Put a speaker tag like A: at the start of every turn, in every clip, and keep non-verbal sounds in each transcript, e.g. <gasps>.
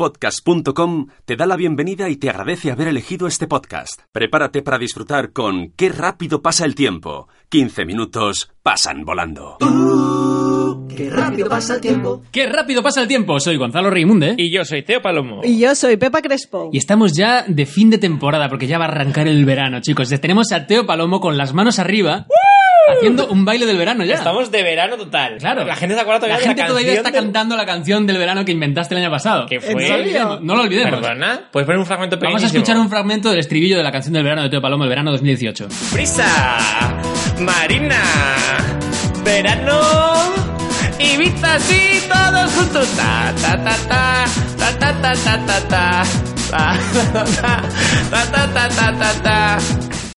A: Naciónpodcast.com te da la bienvenida y te agradece haber elegido este podcast. Prepárate para disfrutar con Qué rápido pasa el tiempo. 15 minutos pasan volando.
B: Qué rápido pasa el tiempo.
C: ¡Qué rápido pasa el tiempo! Soy Gonzalo Reimunde.
D: Y yo soy Teo Palomo.
E: Y yo soy Pepa Crespo.
C: Y estamos ya de fin de temporada porque ya va a arrancar el verano, chicos. Tenemos a Teo Palomo con las manos arriba haciendo un baile del verano ya.
D: Estamos de verano total.
C: Claro.
D: La gente se acuerda todavía
C: La
D: de
C: gente
D: la
C: todavía
D: canción
C: está
D: del-
C: cantando la canción del verano que inventaste el año pasado.
D: que
E: ¿En
D: fue.
E: serio?
C: No lo olvidemos.
D: Perdona, puedes poner un fragmento
C: Vamos a
D: pequeñísimo?
C: escuchar un fragmento del estribillo de la canción del verano de Teo Palomo, el verano 2018.
D: Prisa, Marina, verano, Ibiza, sí, todos juntos. Ta, ta, ta, ta, ta, ta, ta, ta, ta, ta. Ta, ta, ta, ta, ta, ta, ta, ta.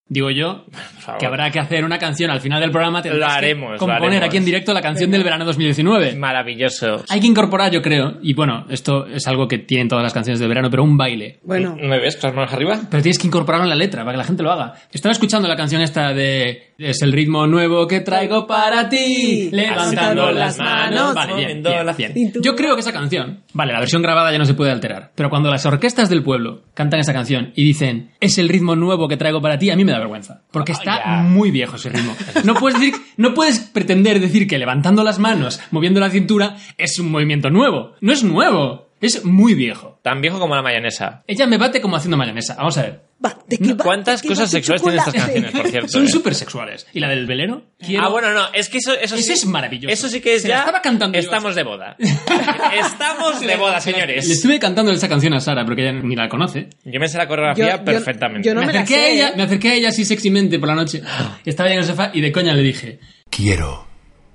C: Digo yo
D: favor.
C: que habrá que hacer una canción al final del programa. tendrás
D: Lo
C: que
D: haremos, lo
C: Componer
D: haremos.
C: aquí en directo la canción del verano 2019.
D: Maravilloso.
C: Hay que incorporar, yo creo, y bueno, esto es algo que tienen todas las canciones del verano, pero un baile.
E: Bueno,
D: ¿No me ves con las manos arriba?
C: Pero tienes que incorporarlo en la letra para que la gente lo haga. Estaba escuchando la canción esta de Es el ritmo nuevo que traigo para ti. Levantando las manos. Vale, bien, bien, bien. Yo creo que esa canción. Vale, la versión grabada ya no se puede alterar. Pero cuando las orquestas del pueblo cantan esa canción y dicen Es el ritmo nuevo que traigo para ti, a mí me da vergüenza. Porque está
D: ya.
C: muy viejo ese ritmo. No puedes decir, no puedes pretender decir que levantando las manos, moviendo la cintura, es un movimiento nuevo. No es nuevo. Es muy viejo.
D: Tan viejo como la mayonesa.
C: Ella me bate como haciendo mayonesa. Vamos a ver.
E: bate que bate,
D: ¿Cuántas
E: que
D: cosas
E: bate
D: sexuales tienen estas
E: chocolate.
D: canciones, por
C: <laughs>
D: cierto?
C: Son
D: eh?
C: súper sexuales. ¿Y la del velero? Quiero-
D: Ah, bueno, no, es que eso, eso,
C: Eso
D: sí,
C: es maravilloso.
D: Eso sí que es
C: Se la
D: ya.
C: estaba cantando yo.
D: Estamos
C: <laughs>
D: de boda. Estamos de boda, señores.
C: Le estuve cantando esa canción a Sara, porque ella ni la conoce.
D: Yo me sé la coreografía
E: Yo- yo-
D: perfectamente.
E: yo No
C: me,
E: me la
C: acerqué
E: sé,
C: a ella,
E: ¿eh?
C: me acerqué a ella así sexymente por la noche.
E: <gasps>
C: Estaba ella en el sofá y de coña le dije,
F: Quiero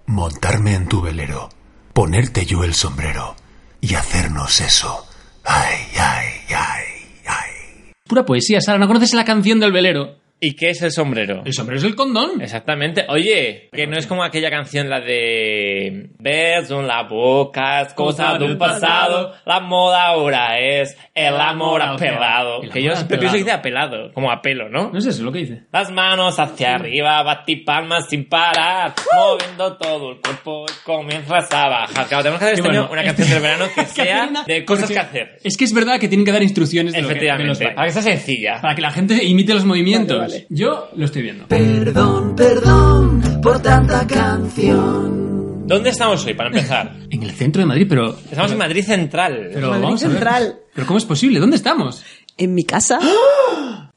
F: montarme en tu velero, ponerte yo el sombrero y hacernos eso. Ay, ay, ay, ay.
C: pura poesía, Sara, ¿no conoces la canción del velero?
D: ¿Y qué es el sombrero?
C: El sombrero es el condón.
D: Exactamente. Oye, que no es como aquella canción, la de... Beso en la boca, es cosa de un pasado, la moda ahora es el amor apelado.
C: El
D: Que yo
C: amor
D: siempre pienso que dice
C: apelado.
D: apelado, como apelo, ¿no?
C: No es eso lo que dice.
D: Las manos hacia arriba, batí palmas sin parar, moviendo todo el cuerpo y comienzas a bajar. Claro, tenemos que hacer
C: Y
D: este año
C: bueno,
D: una canción
C: <laughs>
D: del verano que
C: hacer
D: sea
C: una-
D: de cosas
C: porque
D: que hacer.
C: Es que es verdad que tienen que dar instrucciones de, lo que- de los
D: Efectivamente.
C: bailes.
D: Para que sea sencilla.
C: Para que la gente imite los movimientos.
E: Vale, vale.
C: Yo lo estoy viendo.
B: Perdón, perdón por tanta canción.
D: ¿Dónde estamos hoy, para empezar?
C: En el centro de Madrid, pero...
D: Estamos en Madrid Central.
C: Pero
E: Madrid
C: vamos a ver.
E: Central.
C: Pero ¿cómo es posible? ¿Dónde estamos?
E: En mi casa,
C: <gasps>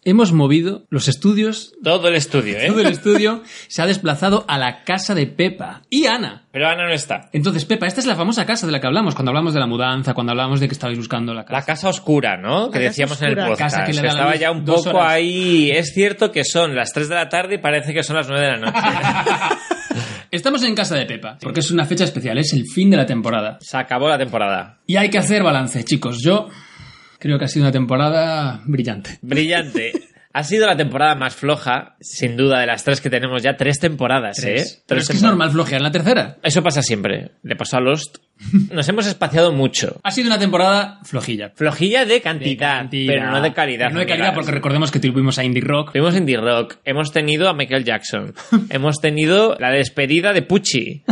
C: Hemos movido los estudios,
D: Todo el estudio, ¿eh?
C: todo el estudio se ha desplazado a la casa de Pepa y Ana.
D: Pero Ana no está.
C: Entonces, Pepa, esta es la famosa casa de la que hablamos cuando hablamos de la mudanza, cuando hablamos de que estabais buscando la
D: La
C: casa.
D: casa oscura, ¿no? que
E: casa
D: decíamos en el
E: oscura.
D: podcast.
C: Casa que
D: que
C: le da la
D: estaba
C: luz
D: ya un
C: dos
D: poco
C: horas.
D: ahí. Es cierto que son las 3 de la tarde y parece que son las 9 de la
C: <laughs>
D: noche.
C: Estamos en casa de Pepa, porque es una fecha especial, es el fin de la temporada.
D: Se acabó la temporada.
C: Y hay que hacer balance, chicos. Yo creo que ha sido una temporada brillante.
D: Brillante. Ha sido la temporada más floja, sin duda, de las tres que tenemos ya. Tres temporadas, ¿eh?
C: Pero
D: Tres
C: es que es
D: tempor-
C: normal flojear en la tercera.
D: Eso pasa siempre. Le pasó
C: <laughs>
D: a Lost. Nos hemos espaciado mucho.
C: Ha sido una temporada flojilla.
D: Flojilla de cantidad,
C: Cantidad.
D: pero no de calidad.
C: Pero No de calidad,
D: amigas.
C: porque recordemos que tuvimos a Indie
D: <laughs>
C: Rock.
D: Tuvimos indie rock, hemos tenido a
C: <laughs>
D: Michael Jackson, hemos tenido la despedida de Pucci,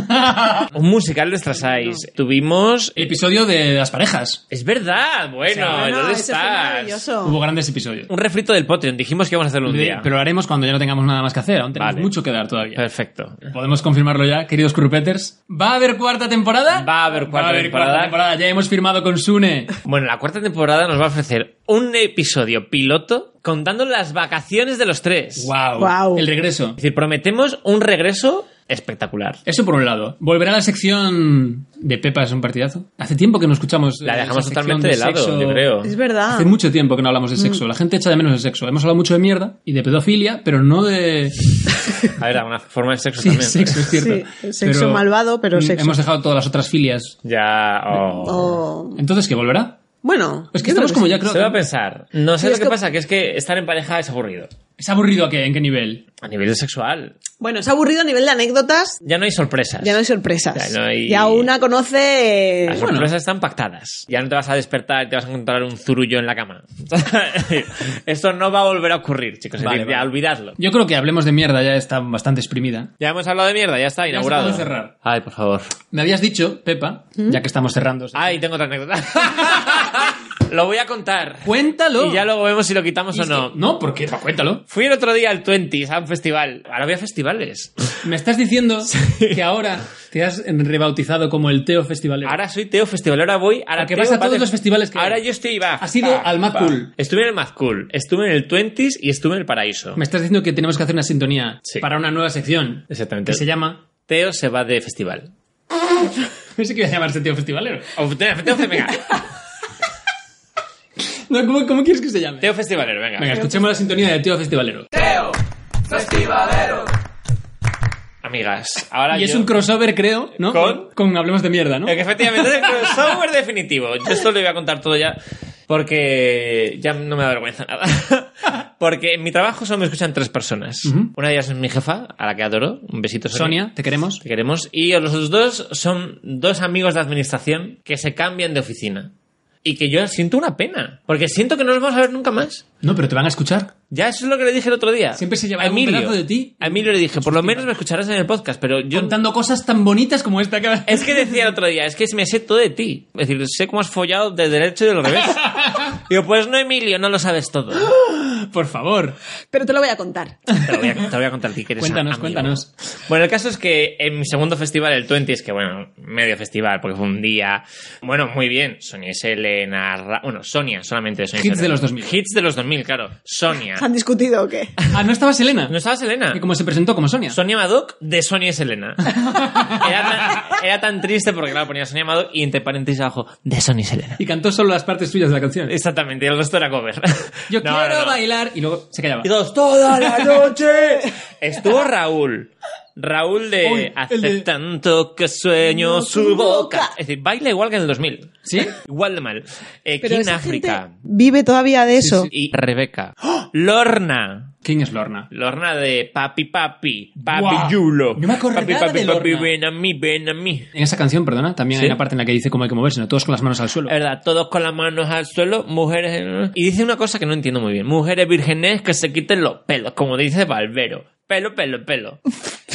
D: un musical de Strasáis, tuvimos...
C: Episodio de las parejas.
D: Es verdad, bueno,
E: Bueno,
D: ¿dónde
E: ese fue
D: estás?
G: Oh.
E: maravilloso.
C: Hubo grandes episodios.
D: Un refrito del Patreon, dijimos que íbamos a hacerlo un
C: De-
D: día.
C: Pero lo haremos cuando ya no tengamos nada más que hacer. Aún tenemos
D: Vale.
C: mucho que dar todavía.
D: Perfecto.
C: Podemos confirmarlo ya, queridos Currupeters. ¿Va a haber cuarta temporada?
D: Va a haber cuarta temporada.
C: Ya hemos firmado con Sune.
D: Bueno, la cuarta temporada nos va a ofrecer un episodio piloto contando las vacaciones de los tres.
C: Wow.
E: Guau.
C: El regreso.
D: Es decir, prometemos un regreso espectacular.
C: Eso por un lado. Volverá a la sección de Pepa es un partidazo. Hace tiempo que no escuchamos. eh,
D: La dejamos
C: esa sección
D: totalmente de lado,
C: sexo.
D: yo creo.
E: es verdad. Mm.
C: Hace mucho tiempo que no hablamos de sexo. La gente echa de menos el sexo. Hemos hablado mucho de mierda y de pedofilia, pero no
D: <laughs>
C: de
D: A ver, una forma de sexo
C: sí,
D: también.
C: sexo, es cierto.
E: Sí, el sexo malvado, pero
C: mm,
E: sexo.
C: Hemos dejado todas las otras filias.
D: Ya... oh.
E: O-
C: Entonces, ¿qué volverá?
E: Bueno,
C: Es que
E: yo creo
C: estamos como
E: sí.
C: ya creo.
D: Se va a pensar. No sé
E: Sí,
D: lo
E: es
D: que,
E: que-
D: pasa, que es que estar en pareja es aburrido.
C: ¿Es aburrido a qué? ¿En qué nivel?
D: A nivel sexual.
E: Bueno, es aburrido a nivel de anécdotas.
D: Ya no hay sorpresas.
E: Ya no hay sorpresas.
D: Ya no hay-
E: Ya una conoce. eh,
D: Las
C: Bueno.
D: sorpresas están pactadas. Ya no te vas a despertar y te vas a encontrar un zurullo en la cama. <laughs> Esto no va a volver a ocurrir, chicos. Es
C: Vale,
D: decir, ya
C: vale.
D: olvidadlo.
C: Yo creo que hablemos de mierda, ya está bastante exprimida.
D: Ya hemos hablado de mierda, ya está,
C: Ya
D: inaugurado.
C: se puede cerrar.
D: Ay, por favor.
C: Me habías dicho, Pepa,
E: ¿Mm?
C: ya que estamos cerrando.
D: Ay, tengo otra
C: <laughs>
D: anécdota. lo voy a contar.
C: Cuéntalo.
D: Y ya luego vemos si lo quitamos o
C: Es que-
D: no.
C: No, porque cuéntalo.
D: Fui el otro día al 20 a un festival. Ahora voy a festivales.
C: Me estás
D: <laughs>
C: diciendo que ahora te has rebautizado como el Teo Festivalero.
D: Ahora soy Teo Festival, ahora voy. Ahora
C: Porque
D: Teo
C: vas a
D: va
C: todos
D: de-
C: los festivales que
D: Ahora
C: hay.
D: yo estoy, va.
C: Has ido al Mad Cool.
D: Estuve en el Mad Cool, estuve en el 20 y estuve en el Paraíso.
C: Me estás diciendo que tenemos que hacer una sintonía
D: Sí.
C: para una nueva sección
D: Exactamente.
C: que se llama. <laughs>
D: Teo se va de festival.
C: Pensé que iba a llamarse Oh, Teo Festivalero.
D: O Teo, Teo, venga.
C: No, ¿cómo, cómo quieres que se llame?
D: Teo Festivalero, venga.
C: Venga, escuchemos la sintonía de Teo Festivalero.
D: Amigas, ahora
C: Y es
D: yo-
C: un crossover, creo, ¿no?
D: Con-
C: Hablemos de Mierda, ¿no?
D: Eh, que efectivamente es el crossover definitivo. Yo esto lo voy a contar todo ya porque ya no me da vergüenza nada. <laughs> Porque en mi trabajo solo me escuchan tres personas.
C: Ujú.
D: Una de ellas es mi jefa, a la que adoro. Un besito, Sonia.
C: Sonia, te queremos.
D: Te queremos. Y los otros dos son dos amigos de administración que se cambian de oficina. Y que yo siento una pena. Porque siento que no los vamos a ver nunca más.
C: No, pero te van a escuchar.
D: Ya eso es lo que le dije el otro día.
C: Siempre se lleva
D: A
C: algún
D: Emilio.
C: pedazo de ti.
D: A Emilio le dije, por lo menos me escucharás en el podcast, pero yo...
C: Contando cosas tan bonitas como esta que...
D: Es que decía el otro día, es que me sé todo de ti. Es decir, sé cómo has follado del derecho y
C: <laughs>
D: del revés. Digo, pues no, Emilio, no lo sabes todo. Eh.
C: Por favor.
E: Pero te lo voy a contar.
C: Ah.
D: Te lo voy a, te lo voy a contar a ti, que eres
C: Cuéntanos,
D: amigo.
C: cuéntanos.
D: Bueno, el caso es que en mi segundo festival, el 20, es que, bueno, medio festival, porque fue un día. Bueno, muy bien. Sonia y Selena. Ra- Bueno, Sonia, solamente Sonia y
C: Hits
D: Selena.
C: de los 2000.
D: Hits de los 2000, claro. Sonia.
E: ¿Han discutido o qué?
C: Ah, ¿no estaba Selena?
D: ¿No estaba Selena?
C: Que como se presentó como Sonia.
D: Sonia Madoc de Sonia
C: <laughs>
D: y Selena. Era tan, era tan triste porque, claro, ponía Sonia Madoc y entre paréntesis abajo, de Sonia y Selena.
C: Y cantó solo las partes suyas de la canción.
D: Exactamente, y el resto era cover.
C: <laughs> Yo
D: No,
C: quiero
D: no, no.
C: bailar. Y luego se callaba.
D: Y todos, toda la noche. <laughs> Estuvo Raúl. Raúl de
C: Uy,
D: Hace
C: el de-
D: tanto que sueño su boca. Es decir, baila igual que en el 2000.
C: ¿Sí?
D: Igual de mal. Eh,
E: Pero
D: King
E: esa
D: África.
E: gente vive todavía de eso.
D: Y Rebeca.
C: ¡Oh!
D: Lorna.
C: ¿Quién es Lorna?
D: Lorna de Papi Papi. Papi
C: Guau.
D: Yulo.
C: No me acordaba
D: Papi Papi
C: de
D: Papi,
C: Lorna.
D: ven a mí, ven a mí.
C: En esa canción, perdona, también
D: ¿Sí? Eh.
C: hay una parte en la que dice cómo hay que moverse, ¿no? Todos con las manos al suelo.
D: La <laughs> verdad, todos con las manos al suelo, mujeres... en- Y dice una cosa que no entiendo muy bien. Mujeres vírgenes que se quiten los pelos, como dice Valvero. Pelo, pelo, pelo.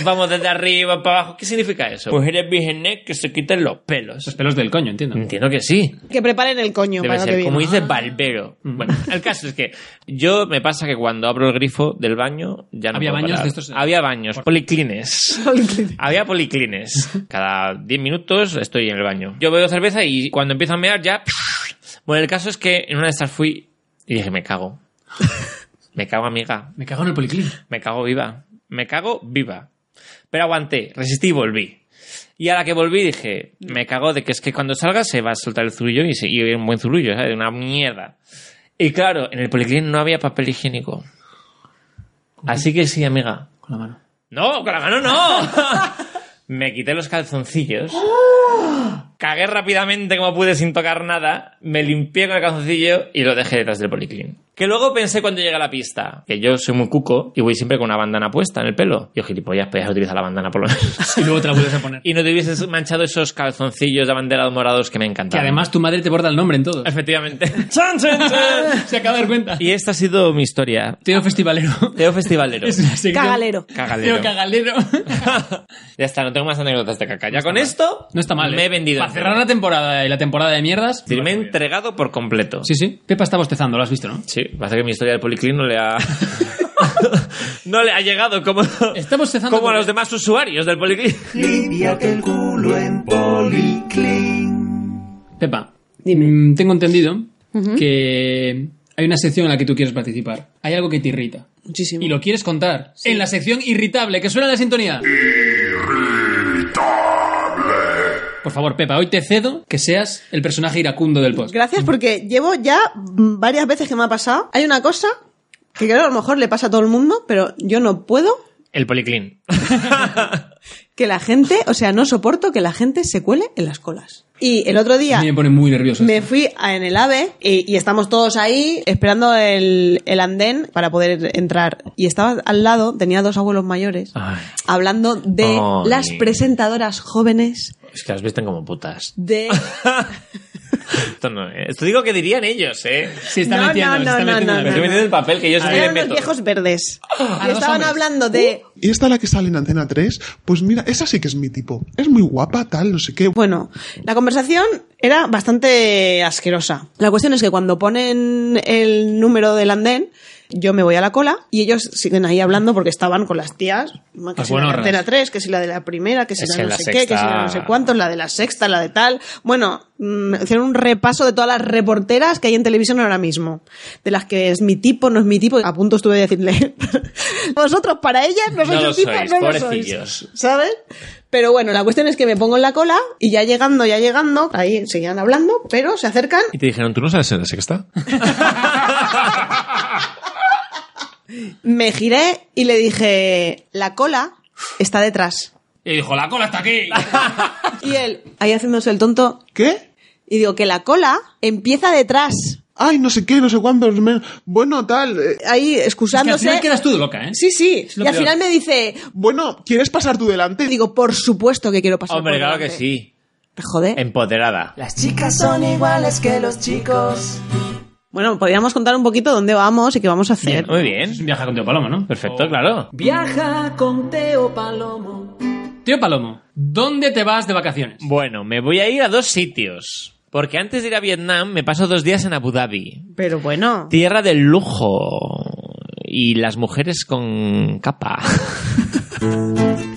D: Vamos desde arriba para abajo. ¿Qué significa eso? Mujeres vírgenes que se quiten los
C: Los
D: pelos.
C: pelos del coño, entiendo.
D: Entiendo que sí.
E: Que preparen el coño
D: Debe
E: para lo que
D: ser,
E: viene.
D: como dice Valvero. Bueno, el caso es que yo me pasa que cuando abro el grifo del baño ya no
C: Había
D: puedo
C: baños
D: parar.
C: de estos-
D: Había baños, policlines.
E: <laughs>
D: Había policlines. Cada 10 minutos estoy en el baño. Yo bebo cerveza y cuando empiezo a mear ya... Bueno, el caso es que en una de estas fui y dije, me cago. <laughs> Me cago, amiga.
C: Me cago en el policlín.
D: Me cago viva. Me cago viva. Pero aguanté, resistí y volví. Y a la que volví dije, me cago de que es que cuando salga se va a soltar el zurullo y, se, y un buen zurullo, ¿sabes? Una mierda. Y claro, en el policlín no había papel higiénico. Así que sí, amiga.
C: Con la mano.
D: No, con la mano
C: <laughs>
D: no. Me quité los calzoncillos.
C: ¡Ah!
D: Cagué rápidamente como pude sin tocar nada. Me limpié con el calzoncillo y lo dejé detrás del policlín. Que luego pensé cuando llegué a la pista. Que yo soy muy cuco y voy siempre con una bandana puesta en el pelo. Yo gilipollas, podías utilizar la bandana por
C: <laughs>
D: lo menos.
C: Y luego te la vuelves a poner.
D: Y no te hubieses manchado esos calzoncillos de abanderado morados que me
C: Que
D: encantan.
C: además tu madre te borda el nombre en todo.
D: Efectivamente. ¡Chan, chan, chan!
C: <laughs> Se acaba de dar cuenta.
D: Y esta ha sido mi historia.
C: Teo Festivalero.
D: <laughs> Teo Festivalero.
C: Es una sección-
E: Cagalero.
D: Cagalero.
C: Teo Cagalero.
D: <laughs> ya está, no tengo más anécdotas de caca. Ya con esto
C: No está mal.
D: me
C: ¿eh?
D: he vendido.
C: Para cerrar la temporada y la temporada de mierdas.
D: Es decir, me he entregado por completo.
C: Sí, sí. Pepa está bostezando, lo has visto, ¿no?
D: Sí, parece que mi historia del policlín no le ha. <laughs> no le ha llegado como.
C: Está bostezando
D: como a
C: porque-
D: los demás usuarios
C: <laughs>
D: del policlín.
B: Límpiate el culo en Policlin.
C: Pepa,
E: Dime.
C: mm, tengo entendido que hay una sección en la que tú quieres participar. Hay algo que te irrita.
E: Muchísimo.
C: Y lo quieres contar en la sección irritable que suena en la sintonía. Irritable. Por favor, Pepa, hoy te cedo que seas el personaje iracundo del podcast.
E: Gracias porque llevo ya mm, varias veces que me ha pasado. Hay una cosa que creo que a lo mejor le pasa a todo el mundo, pero yo no puedo
D: El policlín.
E: que la gente, o sea, no soporto que la gente se cuele en las colas. Y el otro
C: A
E: día
C: mí me pone muy nervioso.
E: me
C: esto.
E: fui a- en el AVE eh, y, y estamos todos ahí esperando el, el andén para poder entrar. Y estaba al lado, tenía dos abuelos mayores,
D: Ay.
E: hablando de
D: Ah. Ay.
E: las presentadoras jóvenes
D: Es que las visten
C: <laughs>
D: como putas. <laughs>
E: de...
D: Esto no es. Esto digo que dirían ellos, ¿eh?
C: Se está
E: No,
C: metiendo,
E: no,
C: se está
E: no,
C: metiendo.
E: no,
D: Me estoy
E: no,
D: metiendo en el papel que yo soy
E: Eran
D: el
E: unos
D: método.
E: viejos verdes.
C: Ah,
E: Y
C: los
E: estaban
C: hombres.
E: hablando de...
H: Y esta la que sale en Antena 3, pues mira, esa sí que es mi tipo. Es muy guapa, tal, no sé qué.
E: Bueno, la conversación era bastante asquerosa. La cuestión es que cuando ponen el número del andén, yo me voy a la cola y ellos siguen ahí hablando porque estaban con las tías, que
C: Las
E: si la de
C: buenorras.
E: antena 3, que si la de la primera, que si
D: Es
E: la
D: que
E: de no
D: la
E: sé qué, que si la de no sé
D: sexta-
E: cuántos, la de la sexta, la de tal. Bueno, mm, hicieron un repaso de todas las reporteras que hay en televisión ahora mismo. De las que es mi tipo, no es mi tipo. A punto estuve de decirle, <laughs> vosotros para ellas no sois
D: No
E: su
D: lo
E: tipo,
D: sois,
E: no lo
D: pobrecillos.
E: sois. ¿sabes? Pero bueno, la cuestión es que me pongo en la cola y ya llegando, ya llegando, ahí seguían hablando, pero se acercan.
D: Y te dijeron, ¿tú no sabes en la <laughs> sexta?
E: Me giré y le dije, la cola está detrás.
C: <laughs> Y dijo, la cola está aquí.
E: Y él, ahí haciéndose el tonto,
H: ¿Qué?
E: y digo, que la cola empieza detrás.
H: Ay, no sé qué, no sé cuánto. me- Bueno, tal. eh,
E: Ahí
C: Es que al
E: excusándose.
C: final quedas tú de loca, ¿eh?
E: Sí, sí.
C: Es
E: Y
C: lo
E: al
C: peor.
E: final me dice,
H: Bueno, ¿quieres pasar tú delante?
E: digo, por supuesto que quiero pasar.
D: Hombre,
E: por
D: claro que
E: delante".
D: sí. Em-
E: Joder.
D: Empoderada.
G: Las chicas son iguales que los chicos.
E: Bueno, podríamos contar un poquito dónde vamos y qué vamos a hacer.
D: Muy
C: Es un
D: bien.
C: viaje con Tío Palomo, ¿no?
D: Perfecto,
C: O-
D: claro.
G: Viaja con Teo Palomo.
C: Tío Palomo, ¿dónde te vas de vacaciones?
D: Bueno, me voy a ir a dos sitios. Porque antes de ir a Vietnam me paso dos días en Abu Dhabi.
E: Pero bueno.
D: Tierra del lujo. Y las mujeres con capa.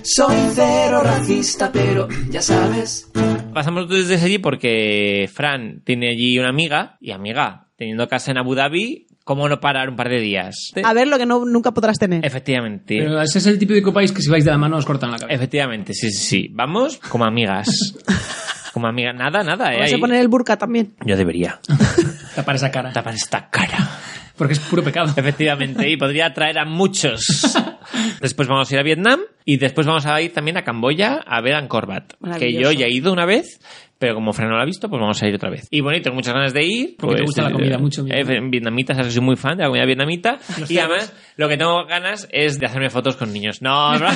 G: Soy cero racista, pero ya sabes.
D: <laughs> Pasamos dos días allí porque Fran tiene allí una amiga. Y amiga, teniendo casa en Abu Dhabi, ¿cómo no parar un par de días?
E: A ver lo que no, nunca podrás tener.
D: Em- Efectivamente.
C: Pero ese es el típico país que si vais de la mano os cortan la cabeza.
D: Efectivamente, sí, sí, sí. Vamos como <laughs> amigas. como amigas. Nada, nada, eh.
E: Vamos a
D: ahí.
E: poner el burka también.
D: Yo <laughs> debería
C: Tapar esa cara.
D: tapar esta cara.
C: Porque es puro pecado.
D: Efectivamente, y podría atraer
C: <laughs>
D: a muchos. Después vamos a ir a Vietnam y después vamos a ir también a Camboya a ver Angkor Wat, que
E: Maravilloso.
D: yo ya he ido una vez, pero como Fran no la ha visto, pues vamos a ir otra vez. Y bueno, y tengo muchas ganas de ir.
C: Porque te
D: pues,
C: gusta la
D: eh,
C: comida mucho,
D: eh,
C: Vietnam.
D: vietnamita, sabes, soy muy fan de la comida vietnamita.
C: Los
D: Y además, lo que tengo ganas es de hacerme fotos con niños.
C: <laughs>
D: No, no.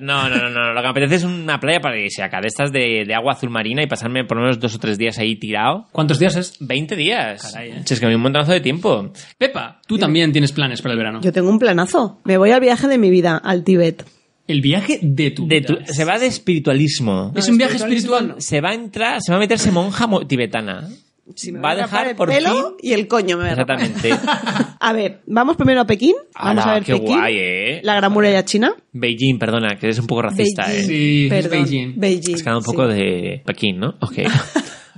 D: No, no, no, no. Lo que me apetece es una playa paradisíaca, de estas de, de agua azul marina y pasarme por lo menos dos o tres días ahí tirado.
C: ¿Cuántos días es?
D: 20 días.
C: Caray, ¿eh?
D: Si Es que me dio un montonazo de tiempo.
C: Pepa, tú también tienes planes para el verano.
E: Yo tengo un planazo. Me voy al viaje de mi vida, al Tíbet.
C: El viaje de tu
D: De
C: vida.
D: tu- se va de espiritualismo.
C: Es un viaje espiritual.
D: Se va a entrar, se va a meterse monja mo- tibetana.
E: Si me
D: va a
E: rapar
D: dejar
E: el
D: por
E: pelo
D: fin.
E: y el coño me voy a rapar.
D: Exactamente.
E: <laughs> A ver, vamos primero a Pekín. Vamos
D: Ala,
E: a ver
D: qué
E: Pekín.
D: guay, ¿eh?
E: La gran muralla china.
D: Beijing, perdona, que eres un poco racista,
E: Beijing.
D: ¿eh?
C: Sí, es
E: Perdón,
C: Beijing.
D: Has quedado un
E: sí.
D: poco de Pekín, ¿no?
E: <laughs>
D: Ok.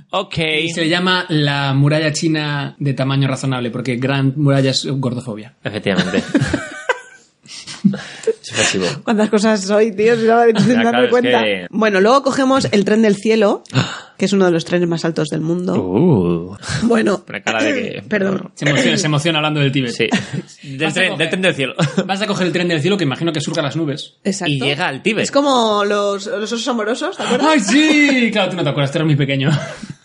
D: Ok.
C: Y se le llama la muralla china de tamaño razonable, porque gran muralla es gordofobia.
E: <laughs>
D: Efectivamente. es ofensivo.
E: Cuántas cosas soy, tío, si no me sin
D: Ya,
E: darme
D: claro, es
E: cuenta.
D: que-
E: Bueno, luego cogemos el tren del cielo,
D: <gasps>
E: que es uno de los trenes más altos del mundo.
D: Uh.
E: <laughs> Bueno,
D: Una cara de que-
E: <laughs> perdón.
C: Se emociona, se emociona hablando del Tíbet.
E: <laughs>
D: Sí. Del
C: Vas a
D: tren,
C: coger-
D: del tren del cielo.
C: Vas a coger el tren del cielo que imagino que surca las nubes.
E: Exacto.
D: Y llega al Tíbet.
E: Es como los, los osos amorosos, ¿te acuerdas?
C: ¡Ay, sí! Claro, tú no te acuerdas, tú eres muy pequeño.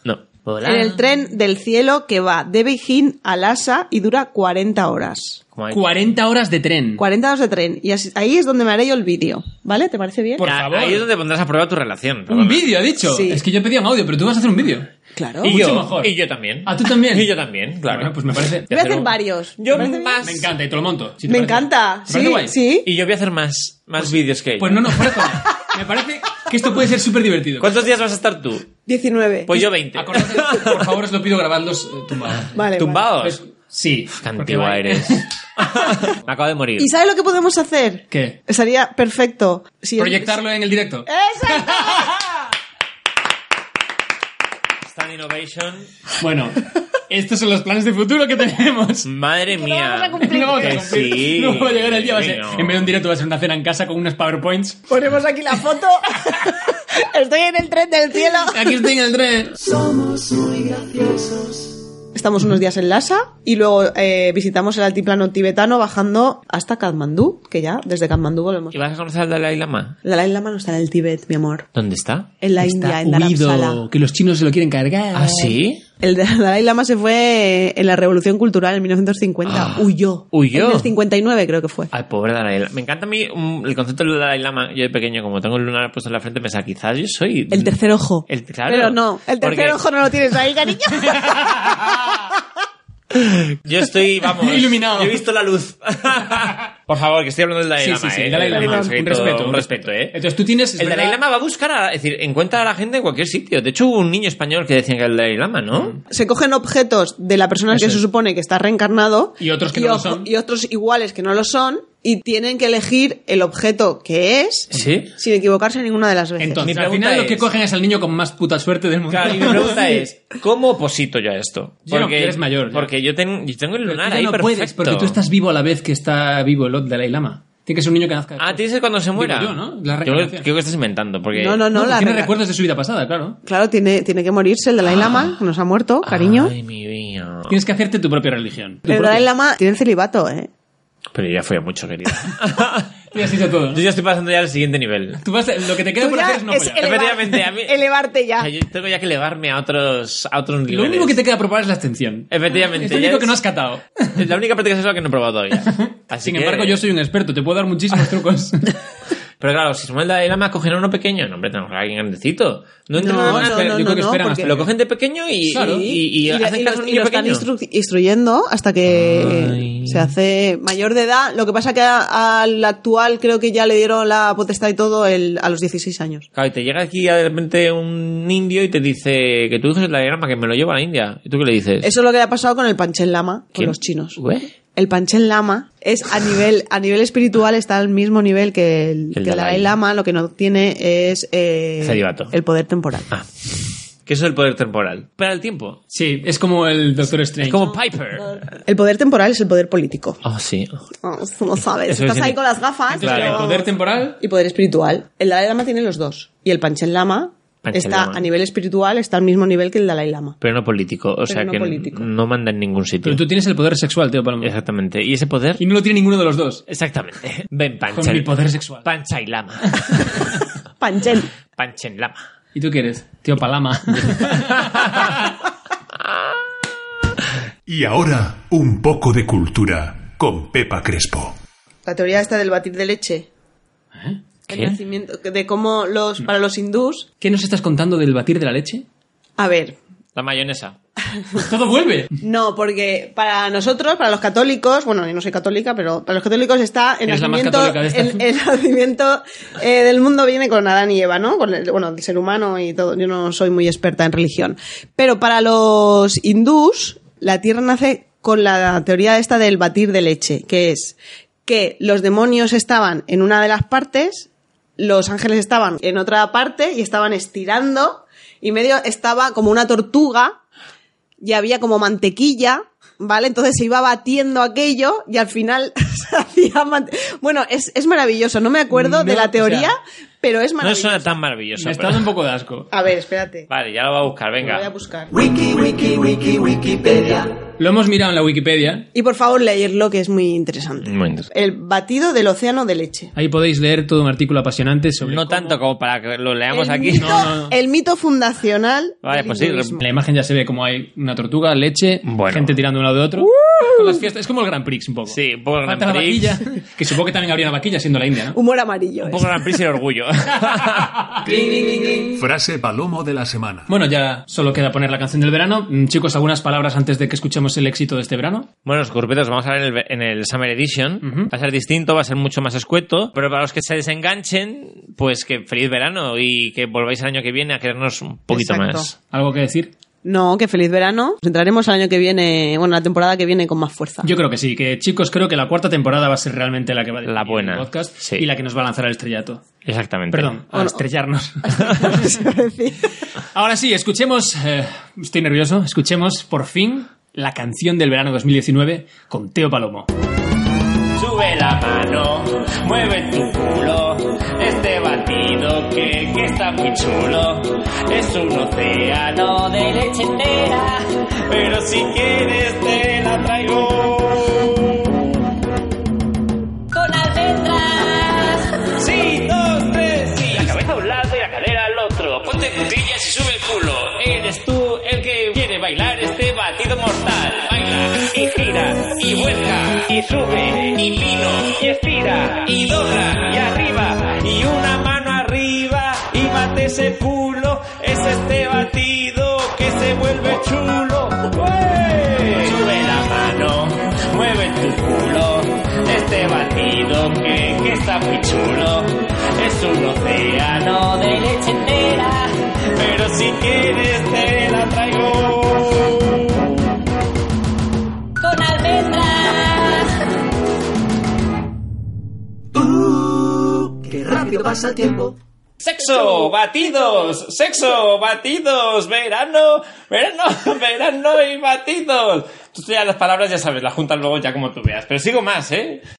D: No. Hola.
E: En el tren del cielo que va de Beijing a Lhasa y dura 40 horas.
D: Como hay-
C: 40 horas de tren.
E: 40 horas de tren. Y así- ahí es donde me haré yo el vídeo. ¿Vale? ¿Te parece bien?
C: Por
D: Ah,
C: favor.
D: Ahí es donde pondrás a prueba tu relación.
C: Un
D: perdona.
C: vídeo, ha dicho.
E: Sí.
C: Es que yo pedía un audio, pero tú vas a hacer un vídeo.
E: Claro.
D: Y
C: Mucho
D: yo,
C: mejor.
D: y yo también.
C: Ah, tú también.
D: <laughs> Y yo también, claro.
C: Bueno, pues me parece.
E: Voy a hacer varios.
D: Yo
E: ¿Te parece bien?
D: más.
C: Me encanta y te lo monto. si te
E: Me
C: parece.
E: encanta.
C: ¿Te parece
E: Sí,
C: guay?
E: sí.
D: Y yo voy a hacer más, más vídeos que ella.
C: Pues no, no, fuera coña. Me parece que esto puede ser súper divertido.
D: ¿Cuántos días vas a estar tú?
E: 19.
D: Pues yo 20.
C: Acordate, <laughs> por favor, os lo pido grabadlos eh, tumbados.
E: Vale, vale.
C: Pues-
D: ¿Tumbados?
C: Sí.
D: Qué antigua
C: porque-
D: eres. me acabo de morir.
E: ¿Y sabes lo que podemos hacer?
C: <laughs> ¿Qué?
E: Sería perfecto. Si
C: Proyectarlo en el directo.
E: ¡Exacto!
D: Stand Innovation.
C: Bueno, estos son los planes de futuro que tenemos.
D: Madre
C: <laughs>
D: mía.
C: No vamos a
D: Mm. Que
C: cumplir.
D: sí.
C: No va a llegar el día. va a ser-
D: No.
C: En vez de un directo va a ser una cena en casa con unos PowerPoints.
E: Ponemos aquí la foto. Estoy en el tren del cielo.
C: Aquí estoy en el tren.
G: Somos muy graciosos.
E: Estamos unos días en Lhasa y luego eh, visitamos el altiplano tibetano bajando hasta Katmandú, que ya desde Katmandú volvemos.
D: ¿Y vas a conocer al Dalai Lama?
E: La Dalai Lama no está en el Tíbet, mi amor.
D: ¿Dónde está?
E: En la India,
C: Está
E: en Dharamsala.
C: huido, que los chinos se lo quieren cargar.
D: ¿Ah, sí?
E: El <laughs> Dalai Lama se fue en la Revolución Cultural en 1950.
D: Ah.
E: huyó.
D: Huyó. Ah,
E: En el 59 creo que fue.
D: Ay, pobre Dalai Lama. Me encanta a mí mm, el concepto del Dalai Lama. Yo de pequeño, como tengo el lunar puesto en la frente, pensaba, quizás yo soy...
E: El tercer ojo.
D: El- claro.
E: Pero no, el tercer
D: Porque-
E: ojo no lo tienes ahí, cariño.
D: <laughs> Yo estoy, vamos...
C: Iluminado.
D: Yo he visto
C: <laughs>
D: la luz. Por favor, que estoy hablando del Dalai
C: Sí,
D: Lama.
C: sí, sí,
D: ¿eh?
C: el Dalai Lama.
D: Respeto,
C: Un respeto.
D: Un respeto, ¿eh?
C: Entonces tú tienes... es
D: El Dalai
C: verdad,
D: Lama va a buscar, a, es decir, encuentra a la gente en cualquier sitio. De hecho, hubo un niño español que decía que era el Dalai Lama,
C: Mm.
D: ¿no?
E: se cogen objetos de la persona
D: Eso
E: que se
D: es.
E: supone que está reencarnado
C: Y otros que no lo son.
E: y otros iguales que no lo son y tienen que elegir el objeto que es
D: Sí.
E: sin equivocarse ninguna de las veces.
C: Entonces,
D: Mi
C: al
D: pregunta
C: final lo que
D: es-
C: cogen es al niño con más puta suerte del mundo.
D: Claro, y
C: <laughs>
D: mi pregunta es, ¿cómo oposito yo a esto?
C: Yo no, que eres mayor, ya.
D: Porque yo, ten- yo tengo el
C: Pero tú
D: lunar
C: ya
D: ahí
C: no
D: perfecto.
C: puedes, porque tú estás vivo a la vez que está vivo el Dalai Lama. Tiene que ser un niño que nazca.
D: Ah, tienes que cuando se muera.
C: yo, ¿no? La
D: yo
C: reencarnación.
D: creo que estás inventando, porque...
E: No, no, no,
C: No,
E: la
C: tiene
E: reenca-
C: recuerdos de su vida pasada, claro.
E: Claro, tiene, tiene que morirse el Dalai Lama, que nos ha muerto, cariño.
D: Ay, mi vida.
C: Tienes que hacerte tu propia religión. Tu
E: el
C: propia.
E: Dalai Lama tiene celibato, ¿eh?
D: Pero yo ya fue
C: <laughs>
D: mucho, querida.
C: Tú ya has hecho todo, ¿no?
D: yo ya estoy pasando ya al siguiente nivel.
C: Tú vas- lo que te queda
E: Tú
C: por
E: ya
C: hacer es no
E: es
C: follar.
E: elevar-
D: Efectivamente, a mí-
E: elevarte ya.
D: O sea, yo tengo ya que elevarme a otros, a otros
C: Lo
D: niveles.
C: único que te queda probar es la abstención.
D: Eh, Efectivamente.
C: Es lo
D: ya
C: único que no has catado.
D: Es la única práctica sexual que no he probado todavía.
C: <laughs>
D: Así
C: Sin
D: que-
C: embargo, yo soy un experto, te puedo dar muchísimos
D: <laughs>
C: trucos.
D: Pero claro, si Samuel Dalai Lama cogen a uno pequeño, no, hombre, tenemos que alguien grandecito. No, entran
E: No,
D: en una-
E: no,
D: pero
E: no,
D: yo creo que
E: no,
D: esperan
E: porque-
D: hasta- Lo cogen de pequeño y,
C: Claro.
D: y, y- y
E: la-
D: hacen
E: y
D: caso a
E: lo-
D: un
E: y
D: niño
E: lo están
D: pequeño.
E: instru- instruyendo hasta que
D: Ay.
E: se hace mayor de edad. Lo que pasa que a- al actual creo que ya le dieron la potestad y todo el- a los 16 años.
D: Claro, y te llega aquí de repente un indio y te dice que tu hijo es el Dalai Lama, que me lo llevo a la India. ¿Y tú qué le dices?
E: Eso es lo que le ha pasado con el Panchen Lama, con
D: ¿Quién?
E: los chinos.
D: Ué.
E: El Panchen Lama es a nivel, a nivel espiritual está al mismo nivel que el, que el Dalai Lama, lo que no tiene es eh,
D: Celibato.
E: el poder temporal.
D: Ah. Que eso es el poder temporal. Para el tiempo.
C: sí, es como el Doctor Strange.
D: Es como Piper.
E: El poder temporal es el poder político.
D: Oh, sí.
E: Vamos, tú no sabes.
D: Eso
E: Estás
D: es
E: ahí
D: in-
E: con las gafas.
C: Entonces,
E: pero
C: el
E: vamos.
C: poder temporal.
E: y poder espiritual. El Dalai Lama tiene los dos. Y el Panchen Lama
D: Panchen
E: está
D: Lama.
E: a nivel espiritual, está al mismo nivel que el
D: <laughs>
E: Dalai Lama.
D: Pero no político. O sea
E: no
D: que
E: político.
D: no manda en ningún sitio.
C: Pero tú tienes el poder sexual, tío Paloma.
D: Exactamente. ¿Y ese poder?
C: Y no lo tiene ninguno de los dos.
D: Exactamente. Ven, Pancha.
C: Con mi poder sexual.
D: Pancha
C: <laughs>
D: y Lama.
E: Panchen.
D: Panchen Lama.
C: ¿Y tú qué eres? Tío Palama.
F: Y ahora, un poco de cultura con Pepa Crespo.
E: La teoría está del batir de leche.
D: ¿Eh? ¿Qué?
E: El nacimiento de cómo los para los hindús.
C: <laughs> ¿Qué nos estás contando del batir de la leche?
E: A ver,
D: La mayonesa.
C: Todo vuelve.
E: no, porque para nosotros, para los católicos, bueno, yo no soy católica, pero para los católicos está el
C: Eres la más
E: nacimiento,
C: católica de esta.
E: el, <laughs> el nacimiento eh, del mundo viene con Adán y Eva, ¿no? Con el, bueno, el ser humano y todo. Yo no soy muy experta en religión, pero para los hindús la tierra nace con la teoría esta del batir de leche, que es que los demonios estaban en una de las partes, los ángeles estaban en otra parte y estaban estirando y medio estaba como una tortuga y había como mantequilla, ¿vale? Entonces se iba batiendo aquello y al final <laughs> se hacía mante- Bueno, es, es maravilloso, no me acuerdo
C: No,
E: de
C: o sea,
E: la teoría, pero es
D: No
E: maravilloso.
D: suena tan maravilloso.
C: Me está dando un poco de asco.
E: A ver, espérate,
D: Vale, ya lo voy a buscar.
E: lo voy a
D: Venga.
E: buscar.
G: Wiki, wiki, wiki, Wikipedia.
C: Lo hemos mirado en la Wikipedia.
E: Y por favor, leerlo, que es muy interesante.
D: Muy interesante.
E: El batido del océano de leche.
C: Ahí podéis leer todo un artículo apasionante sobre.
D: No
C: cómo-
D: tanto como para que lo leamos
E: el,
D: aquí.
E: mito,
D: No, no.
E: el mito fundacional.
D: Vale,
E: del
D: pues sí,
E: hinduismo.
C: En la imagen ya se ve como hay una tortuga, leche,
D: Bueno.
C: gente tirando de un lado de otro. Con las fiestas. Es como el Grand Prix un poco.
D: Sí, un poco el
C: Falta
D: Grand Prix.
C: la vaquilla. Que supongo que también habría una vaquilla siendo la India, ¿no?
E: Humor amarillo.
D: Un
E: es.
D: poco Gran Prix y
C: <laughs>
D: el orgullo.
F: Frase palomo de la semana.
C: Bueno, ya solo queda poner la canción del verano. Mm, Chicos, algunas palabras antes de que escuchemos el éxito de este verano.
D: bueno, los curpetos vamos a ver en el, ve- en el Summer Edition.
C: Ujú.
D: Va a ser distinto, va a ser mucho más escueto. Pero para los que se desenganchen, pues que feliz verano y que volváis el año que viene a querernos un poquito
E: Exacto.
D: más.
C: ¿Algo que decir?
E: No, que feliz verano. Nos entraremos el año que viene, bueno, la temporada que viene con más fuerza. <laughs>
C: Yo creo que sí, que chicos, creo que la cuarta temporada va a ser realmente la que va a definir
D: La buena,
C: el podcast
D: sí.
C: y la que nos va a lanzar al estrellato.
D: Exactamente.
C: Perdón, a
E: Bueno,
C: estrellarnos.
E: Se va a decir.
C: <laughs> Ahora sí, escuchemos. eh, estoy nervioso. Escuchemos por fin la canción del verano 2019 con Teo Palomo.
D: Sube la mano, mueve tu culo, este batido que, que está muy chulo. Es un océano de leche entera, pero si quieres te la traigo.
I: Con almendras.
D: Sí, dos, tres, y... La cabeza a un lado y la cadera al otro. Ponte cuclillas y sube el culo. Eres tú el que quiere bailar este batido mortal. Baila y gira y vuelca y sube y pino y estira y dobla y arriba y una mano arriba y mate ese culo. Es este batido que se vuelve chulo. ¡Ué! Sube la mano, mueve tu culo. Este batido que, que está muy chulo. Es un océano de leche entera. Pero si quieres te la traigo.
I: Con almendras.
G: ¡Uh! ¡Qué rápido pasa el tiempo!
D: Sexo, batidos, sexo, batidos, verano, verano, <laughs> verano y batidos. Tú ya las palabras ya sabes, las juntas luego ya como tú veas. Pero sigo más, ¿eh?